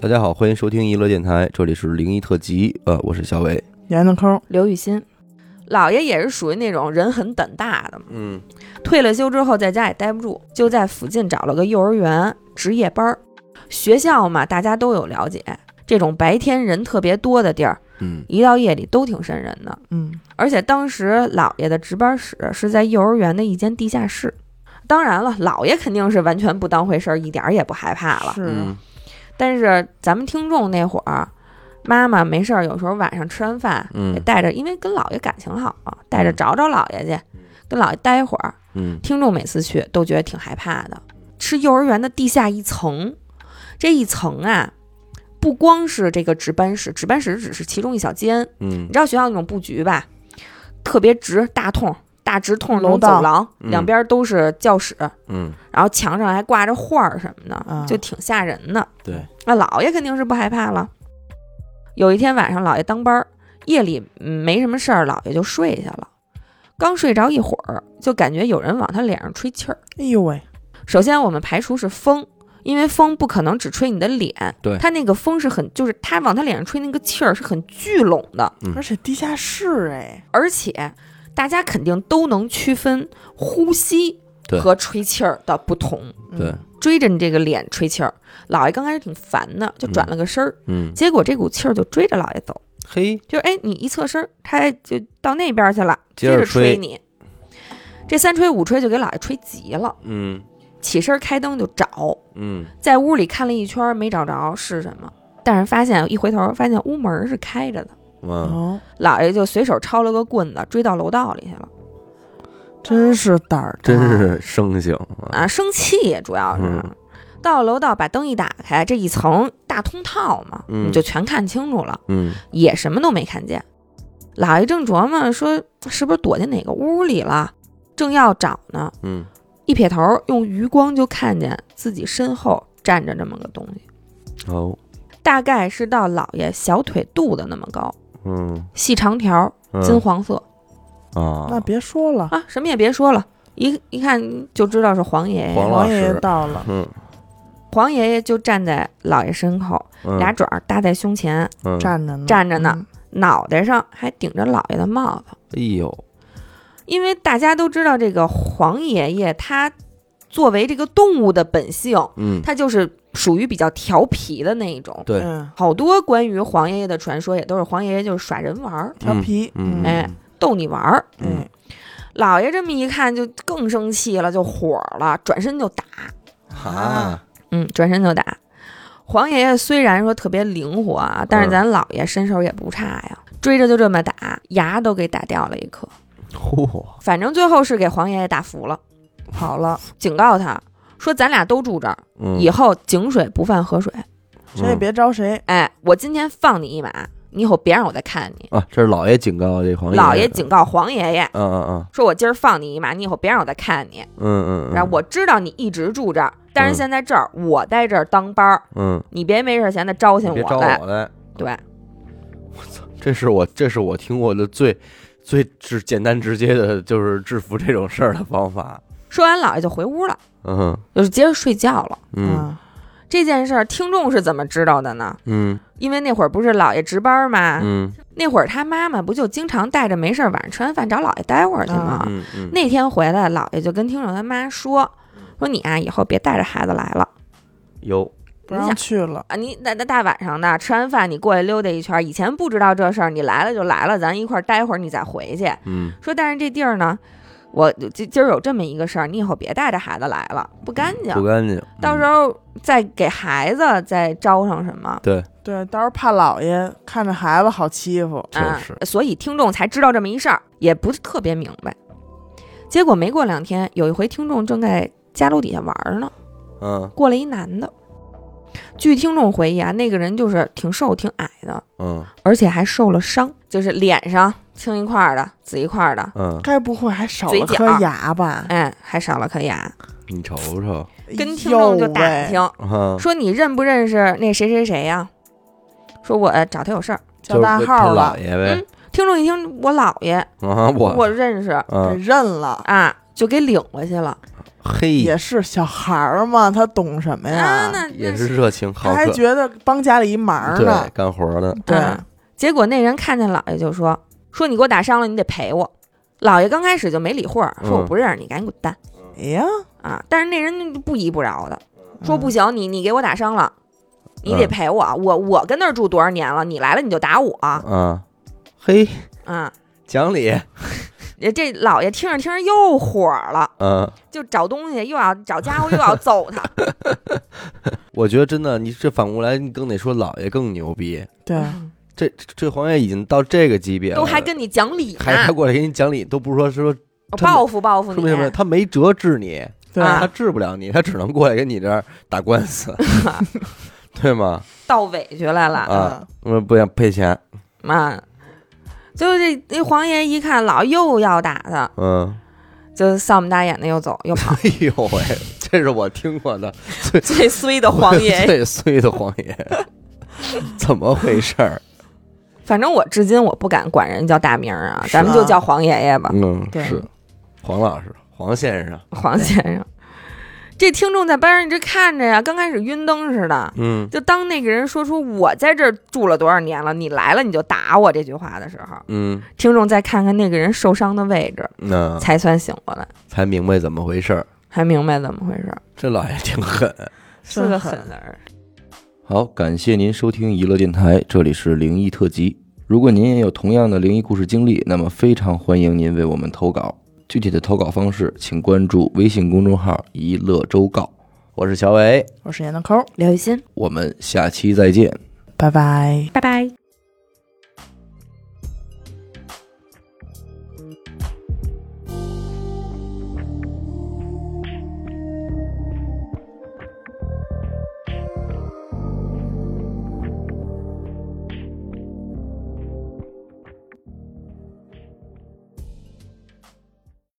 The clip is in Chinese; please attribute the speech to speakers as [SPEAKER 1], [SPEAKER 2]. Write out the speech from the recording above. [SPEAKER 1] 大家好，欢迎收听娱乐电台，这里是零一特辑，呃，我是小伟。
[SPEAKER 2] 闫子抠，
[SPEAKER 3] 刘雨欣，姥爷也是属于那种人很胆大的嘛。
[SPEAKER 1] 嗯，
[SPEAKER 3] 退了休之后在家也待不住，就在附近找了个幼儿园值夜班儿。学校嘛，大家都有了解，这种白天人特别多的地儿，
[SPEAKER 1] 嗯，
[SPEAKER 3] 一到夜里都挺瘆人的。
[SPEAKER 2] 嗯，
[SPEAKER 3] 而且当时姥爷的值班室是在幼儿园的一间地下室。当然了，姥爷肯定是完全不当回事儿，一点儿也不害怕了。
[SPEAKER 2] 是啊
[SPEAKER 1] 嗯，
[SPEAKER 3] 但是咱们听众那会儿，妈妈没事儿，有时候晚上吃完饭，
[SPEAKER 1] 嗯
[SPEAKER 3] 也带着，因为跟姥爷感情好啊，带着找找姥爷去，跟姥爷待一会儿。
[SPEAKER 1] 嗯，
[SPEAKER 3] 听众每次去都觉得挺害怕的，是幼儿园的地下一层，这一层啊，不光是这个值班室，值班室只是其中一小间，
[SPEAKER 1] 嗯
[SPEAKER 3] 你，知道学校那种布局吧，特别直，大通大直通
[SPEAKER 2] 楼
[SPEAKER 3] 楼
[SPEAKER 2] 道
[SPEAKER 3] 走廊，
[SPEAKER 1] 嗯
[SPEAKER 3] 两边都是教室，
[SPEAKER 1] 嗯，
[SPEAKER 3] 然后墙上还挂着画儿什么的，
[SPEAKER 2] 啊
[SPEAKER 3] 就挺吓人的。
[SPEAKER 1] 对，
[SPEAKER 3] 那姥爷肯定是不害怕了。有一天晚上，姥爷当班儿，夜里嗯没什么事儿，姥爷就睡下了。刚睡着一会儿，就感觉有人往他脸上吹气儿。
[SPEAKER 2] 哎呦喂，
[SPEAKER 3] 首先，我们排除是风，因为风不可能只吹你的脸，
[SPEAKER 1] 对
[SPEAKER 3] 他那个风是很，就是他往他脸上吹那个气儿是很聚拢的，
[SPEAKER 1] 嗯
[SPEAKER 2] 而且地下室哎，
[SPEAKER 3] 而且大家肯定都能区分呼吸
[SPEAKER 1] 对
[SPEAKER 3] 和吹气儿的不同。
[SPEAKER 2] 嗯
[SPEAKER 1] 对，
[SPEAKER 3] 追着你这个脸吹气儿，姥爷刚开始挺烦的，就转了个身儿，
[SPEAKER 1] 嗯，
[SPEAKER 3] 结果这股气儿就追着姥爷走，
[SPEAKER 1] 嘿，
[SPEAKER 3] 就是哎，你一侧身儿，他就到那边去了，
[SPEAKER 1] 接
[SPEAKER 3] 接
[SPEAKER 1] 着
[SPEAKER 3] 着
[SPEAKER 1] 吹
[SPEAKER 3] 吹你。这三吹五吹就给姥爷吹急了，
[SPEAKER 1] 嗯，
[SPEAKER 3] 起身开灯就找，
[SPEAKER 1] 嗯，
[SPEAKER 3] 在屋里看了一圈儿没找着是什么，但是发现一回头发现屋门儿是开着的，
[SPEAKER 1] 哇，
[SPEAKER 2] 哦，
[SPEAKER 3] 姥爷就随手抄了个棍子追到楼道里去了
[SPEAKER 1] 嗯
[SPEAKER 2] 真是胆儿大，
[SPEAKER 1] 真是生性啊，
[SPEAKER 3] 啊，生气主要是。
[SPEAKER 1] 嗯
[SPEAKER 3] 到了楼道，把灯一打开，这一层大通套嘛，
[SPEAKER 1] 嗯
[SPEAKER 3] 你就全看清楚了。
[SPEAKER 1] 嗯，
[SPEAKER 3] 也什么都没看见。老爷正琢磨说是不是躲进哪个屋里了，正要找呢，
[SPEAKER 1] 嗯，
[SPEAKER 3] 一撇头，用余光就看见自己身后站着这么个东西，
[SPEAKER 1] 哦，
[SPEAKER 3] 大概是到老爷小腿肚子那么高，
[SPEAKER 1] 嗯，
[SPEAKER 3] 细长条，
[SPEAKER 1] 嗯
[SPEAKER 3] 金黄色、
[SPEAKER 1] 啊，
[SPEAKER 2] 那别说了，
[SPEAKER 3] 啊，什么也别说了，一一看就知道是黄爷爷。
[SPEAKER 1] 黄
[SPEAKER 3] 黄
[SPEAKER 1] 老
[SPEAKER 2] 王爷
[SPEAKER 1] 师
[SPEAKER 2] 爷，到了，
[SPEAKER 1] 嗯，
[SPEAKER 3] 爷爷就站在老爷身后，
[SPEAKER 1] 嗯
[SPEAKER 3] 俩爪搭在胸前，
[SPEAKER 1] 嗯，
[SPEAKER 2] 站着呢，
[SPEAKER 3] 站着呢
[SPEAKER 2] 嗯，
[SPEAKER 3] 脑袋上还顶着老爷的帽子。
[SPEAKER 1] 哎呦，
[SPEAKER 3] 因为大家都知道这个黄爷爷，他作为这个动物的本性，
[SPEAKER 1] 嗯，
[SPEAKER 3] 他就是属于比较调皮的那一种。
[SPEAKER 1] 对，
[SPEAKER 2] 嗯，
[SPEAKER 3] 好多关于黄爷爷的传说也都是黄爷爷就是耍人玩儿，
[SPEAKER 2] 调皮，
[SPEAKER 1] 嗯，
[SPEAKER 3] 哎
[SPEAKER 1] 嗯，
[SPEAKER 3] 逗你玩儿。
[SPEAKER 1] 嗯
[SPEAKER 2] 哎，
[SPEAKER 3] 老爷这么一看就更生气了，就火了，转身就打。
[SPEAKER 1] 啊，
[SPEAKER 3] 嗯，转身就打。黄爷爷虽然说特别灵活啊，
[SPEAKER 1] 嗯
[SPEAKER 3] 但是咱老爷身手也不差呀，追着就这么打，牙都给打掉了一颗。
[SPEAKER 1] 嚯，
[SPEAKER 3] 反正最后是给黄爷爷打服了，
[SPEAKER 2] 跑了，
[SPEAKER 3] 警告他说：“咱俩都住这儿，
[SPEAKER 1] 嗯，
[SPEAKER 3] 以后井水不犯河水。
[SPEAKER 2] 谁也
[SPEAKER 1] 嗯
[SPEAKER 2] 别招谁，
[SPEAKER 3] 哎，我今天放你一马，你以后别让我再看你。
[SPEAKER 1] 啊，这是老爷警告这黄
[SPEAKER 3] 老
[SPEAKER 1] 爷
[SPEAKER 3] 爷
[SPEAKER 1] 的
[SPEAKER 3] 警，告黄爷爷
[SPEAKER 1] 嗯嗯嗯
[SPEAKER 3] 说：“我今儿放你一马，你以后别让我再看你。
[SPEAKER 1] 嗯嗯，嗯
[SPEAKER 3] 然后，我知道你一直住这儿，但
[SPEAKER 1] 嗯
[SPEAKER 3] 是现在这儿我在这儿当班儿，
[SPEAKER 1] 嗯，
[SPEAKER 3] 你别没事闲的糟践
[SPEAKER 1] 别
[SPEAKER 3] 我
[SPEAKER 1] 招
[SPEAKER 3] 来。
[SPEAKER 1] 我来。
[SPEAKER 3] 对，
[SPEAKER 1] 这是我这是我听过的最最直简单直接的，就是制服这种事儿的方法。
[SPEAKER 3] 说完老爷就回屋了，
[SPEAKER 1] 嗯
[SPEAKER 3] 就是接着睡觉了。
[SPEAKER 1] 嗯
[SPEAKER 2] 啊，
[SPEAKER 3] 这件事儿听众是怎么知道的呢？
[SPEAKER 1] 嗯
[SPEAKER 3] 因为那会儿不是老爷值班嘛，
[SPEAKER 1] 嗯
[SPEAKER 3] 那会儿他妈妈不就经常带着没事儿晚上吃完饭找老爷待会儿去吗？
[SPEAKER 1] 嗯嗯，
[SPEAKER 3] 那天回来，姥爷就跟听众他妈说：“说你啊，以后别带着孩子来了
[SPEAKER 1] 有
[SPEAKER 2] 不
[SPEAKER 3] 你想
[SPEAKER 2] 让去了，
[SPEAKER 3] 啊！你大大大晚上的，吃完饭你过来溜达一圈儿，以前不知道这事儿，你来了就来了，咱一块儿待会儿，你再回去。
[SPEAKER 1] 嗯
[SPEAKER 3] 说但是这地儿呢，我今今儿有这么一个事儿，你以后别带着孩子来了，不干净，
[SPEAKER 1] 不干净，
[SPEAKER 3] 到时
[SPEAKER 1] 候
[SPEAKER 3] 候再给孩子再招上什么。”
[SPEAKER 1] 嗯对
[SPEAKER 2] 对，到时候怕姥爷看着孩子好欺负，
[SPEAKER 1] 就
[SPEAKER 3] 啊
[SPEAKER 1] 是，
[SPEAKER 3] 所以听众才知道这么一事儿，也不是特别明白。结果没过两天，有一回听众正在家楼底下玩儿呢，
[SPEAKER 1] 嗯
[SPEAKER 3] 过来一男的。据听众回忆啊，那个人就是挺瘦、挺矮的，
[SPEAKER 1] 嗯
[SPEAKER 3] 而且还受了伤，就是脸上青一块儿的、紫一块儿的，
[SPEAKER 1] 嗯，
[SPEAKER 2] 该不会还少
[SPEAKER 3] 嘴
[SPEAKER 2] 了
[SPEAKER 3] 角
[SPEAKER 2] 颗牙吧？
[SPEAKER 3] 哎，还少了颗牙。
[SPEAKER 1] 你瞅瞅
[SPEAKER 3] 跟听众就打
[SPEAKER 2] 哎呦喂
[SPEAKER 3] 听，
[SPEAKER 1] 啊，
[SPEAKER 3] 说你认不认识那谁谁谁呀、说我呃找他有事儿。
[SPEAKER 1] 就
[SPEAKER 2] 叫
[SPEAKER 1] 是
[SPEAKER 2] 大
[SPEAKER 1] 他
[SPEAKER 2] 号了
[SPEAKER 1] 姥，爷呗
[SPEAKER 3] 听众一听我姥爷，
[SPEAKER 1] 啊，我
[SPEAKER 3] 我认识
[SPEAKER 2] 给
[SPEAKER 1] 嗯
[SPEAKER 2] 认了，
[SPEAKER 3] 啊，就给领过去了。
[SPEAKER 1] 嘿，
[SPEAKER 2] 也是小孩儿嘛，他懂什么
[SPEAKER 3] 啊，
[SPEAKER 2] 呀？
[SPEAKER 3] 那
[SPEAKER 1] 哎也
[SPEAKER 3] 那
[SPEAKER 1] 是热情
[SPEAKER 2] 他
[SPEAKER 1] 好
[SPEAKER 2] 还
[SPEAKER 1] 客，
[SPEAKER 2] 觉得帮家里一忙
[SPEAKER 1] 对
[SPEAKER 2] 呢，。
[SPEAKER 1] 干活呢，
[SPEAKER 2] 对，
[SPEAKER 3] 嗯结果那人看见老爷就说：“说你给我打伤了，你得赔我。”老爷刚开始就没理会儿，说：“我
[SPEAKER 1] 嗯
[SPEAKER 3] 不认识你，赶紧滚蛋
[SPEAKER 2] 哎呀，
[SPEAKER 3] 啊！”但是那人就不依不饶的，说：“
[SPEAKER 2] 嗯
[SPEAKER 3] 不行，你你给我打伤了，你得
[SPEAKER 1] 嗯
[SPEAKER 3] 赔我。我我跟那儿住多少年了，你来了你就打我啊
[SPEAKER 1] 啊，嘿，！”
[SPEAKER 3] 嗯
[SPEAKER 1] 讲理，
[SPEAKER 3] 这老爷听着听着又火了，
[SPEAKER 1] 嗯，
[SPEAKER 3] 就找东西，又要找家伙，又要揍 他。
[SPEAKER 1] 我觉得真的，你这反过来，你更得说老爷更牛逼。
[SPEAKER 2] 对，
[SPEAKER 1] 这这黄爷已经到这个级别了，
[SPEAKER 3] 都还跟你讲理
[SPEAKER 1] 还还
[SPEAKER 3] 呢，
[SPEAKER 1] 过来给你讲理，都不是说说
[SPEAKER 3] 我
[SPEAKER 1] 他们
[SPEAKER 3] 报复报复
[SPEAKER 1] 说
[SPEAKER 3] 你
[SPEAKER 1] 明什么，他没辙治你，
[SPEAKER 2] 对，
[SPEAKER 3] 啊
[SPEAKER 1] 他治不了你，他只能过来跟你这儿打官 司，对吗？
[SPEAKER 3] 到委屈来了
[SPEAKER 1] 啊
[SPEAKER 2] 嗯
[SPEAKER 1] 我不想赔钱，嗯
[SPEAKER 3] 啊！就这这黄爷一看老又要打他，
[SPEAKER 1] 嗯，
[SPEAKER 3] 就丧不搭眼的又走又跑。
[SPEAKER 1] 哎呦喂，这是我听过的
[SPEAKER 3] 最衰的黄 爷，
[SPEAKER 1] 最衰的黄爷， 怎么回事儿？
[SPEAKER 3] 反正我至今我不敢管人叫大名儿啊，
[SPEAKER 1] 是
[SPEAKER 3] 咱们就
[SPEAKER 2] 啊
[SPEAKER 3] 叫黄爷爷吧，
[SPEAKER 1] 嗯，
[SPEAKER 2] 对
[SPEAKER 1] 是黄老师，黄先生，
[SPEAKER 3] 黄先生。这听众在班上一直看着呀，刚开始晕灯似的。
[SPEAKER 1] 嗯
[SPEAKER 3] 就当那个人说出“我在这儿住了多少年了，你来了你就打我”这句话的时候，
[SPEAKER 1] 嗯，
[SPEAKER 3] 听众再看看那个人受伤的位置，
[SPEAKER 1] 那
[SPEAKER 3] 才算醒过来，
[SPEAKER 1] 才明白怎么回事儿。
[SPEAKER 3] 还明白怎么回事儿，
[SPEAKER 1] 这老爷挺狠。
[SPEAKER 3] 是个
[SPEAKER 2] 真
[SPEAKER 3] 狠
[SPEAKER 2] 狠
[SPEAKER 3] 人。
[SPEAKER 4] 好，感谢您收听娱乐电台，这里是灵异特辑。如果您也有同样的灵异故事经历，那么非常欢迎您为我们投稿。具体的投稿方式，请关注微信公众号“一乐周告
[SPEAKER 1] 我是小伟，
[SPEAKER 2] 我是闫德抠，
[SPEAKER 3] 刘雨欣”。，
[SPEAKER 4] 我们下期再见。
[SPEAKER 2] 拜拜。
[SPEAKER 3] 拜拜。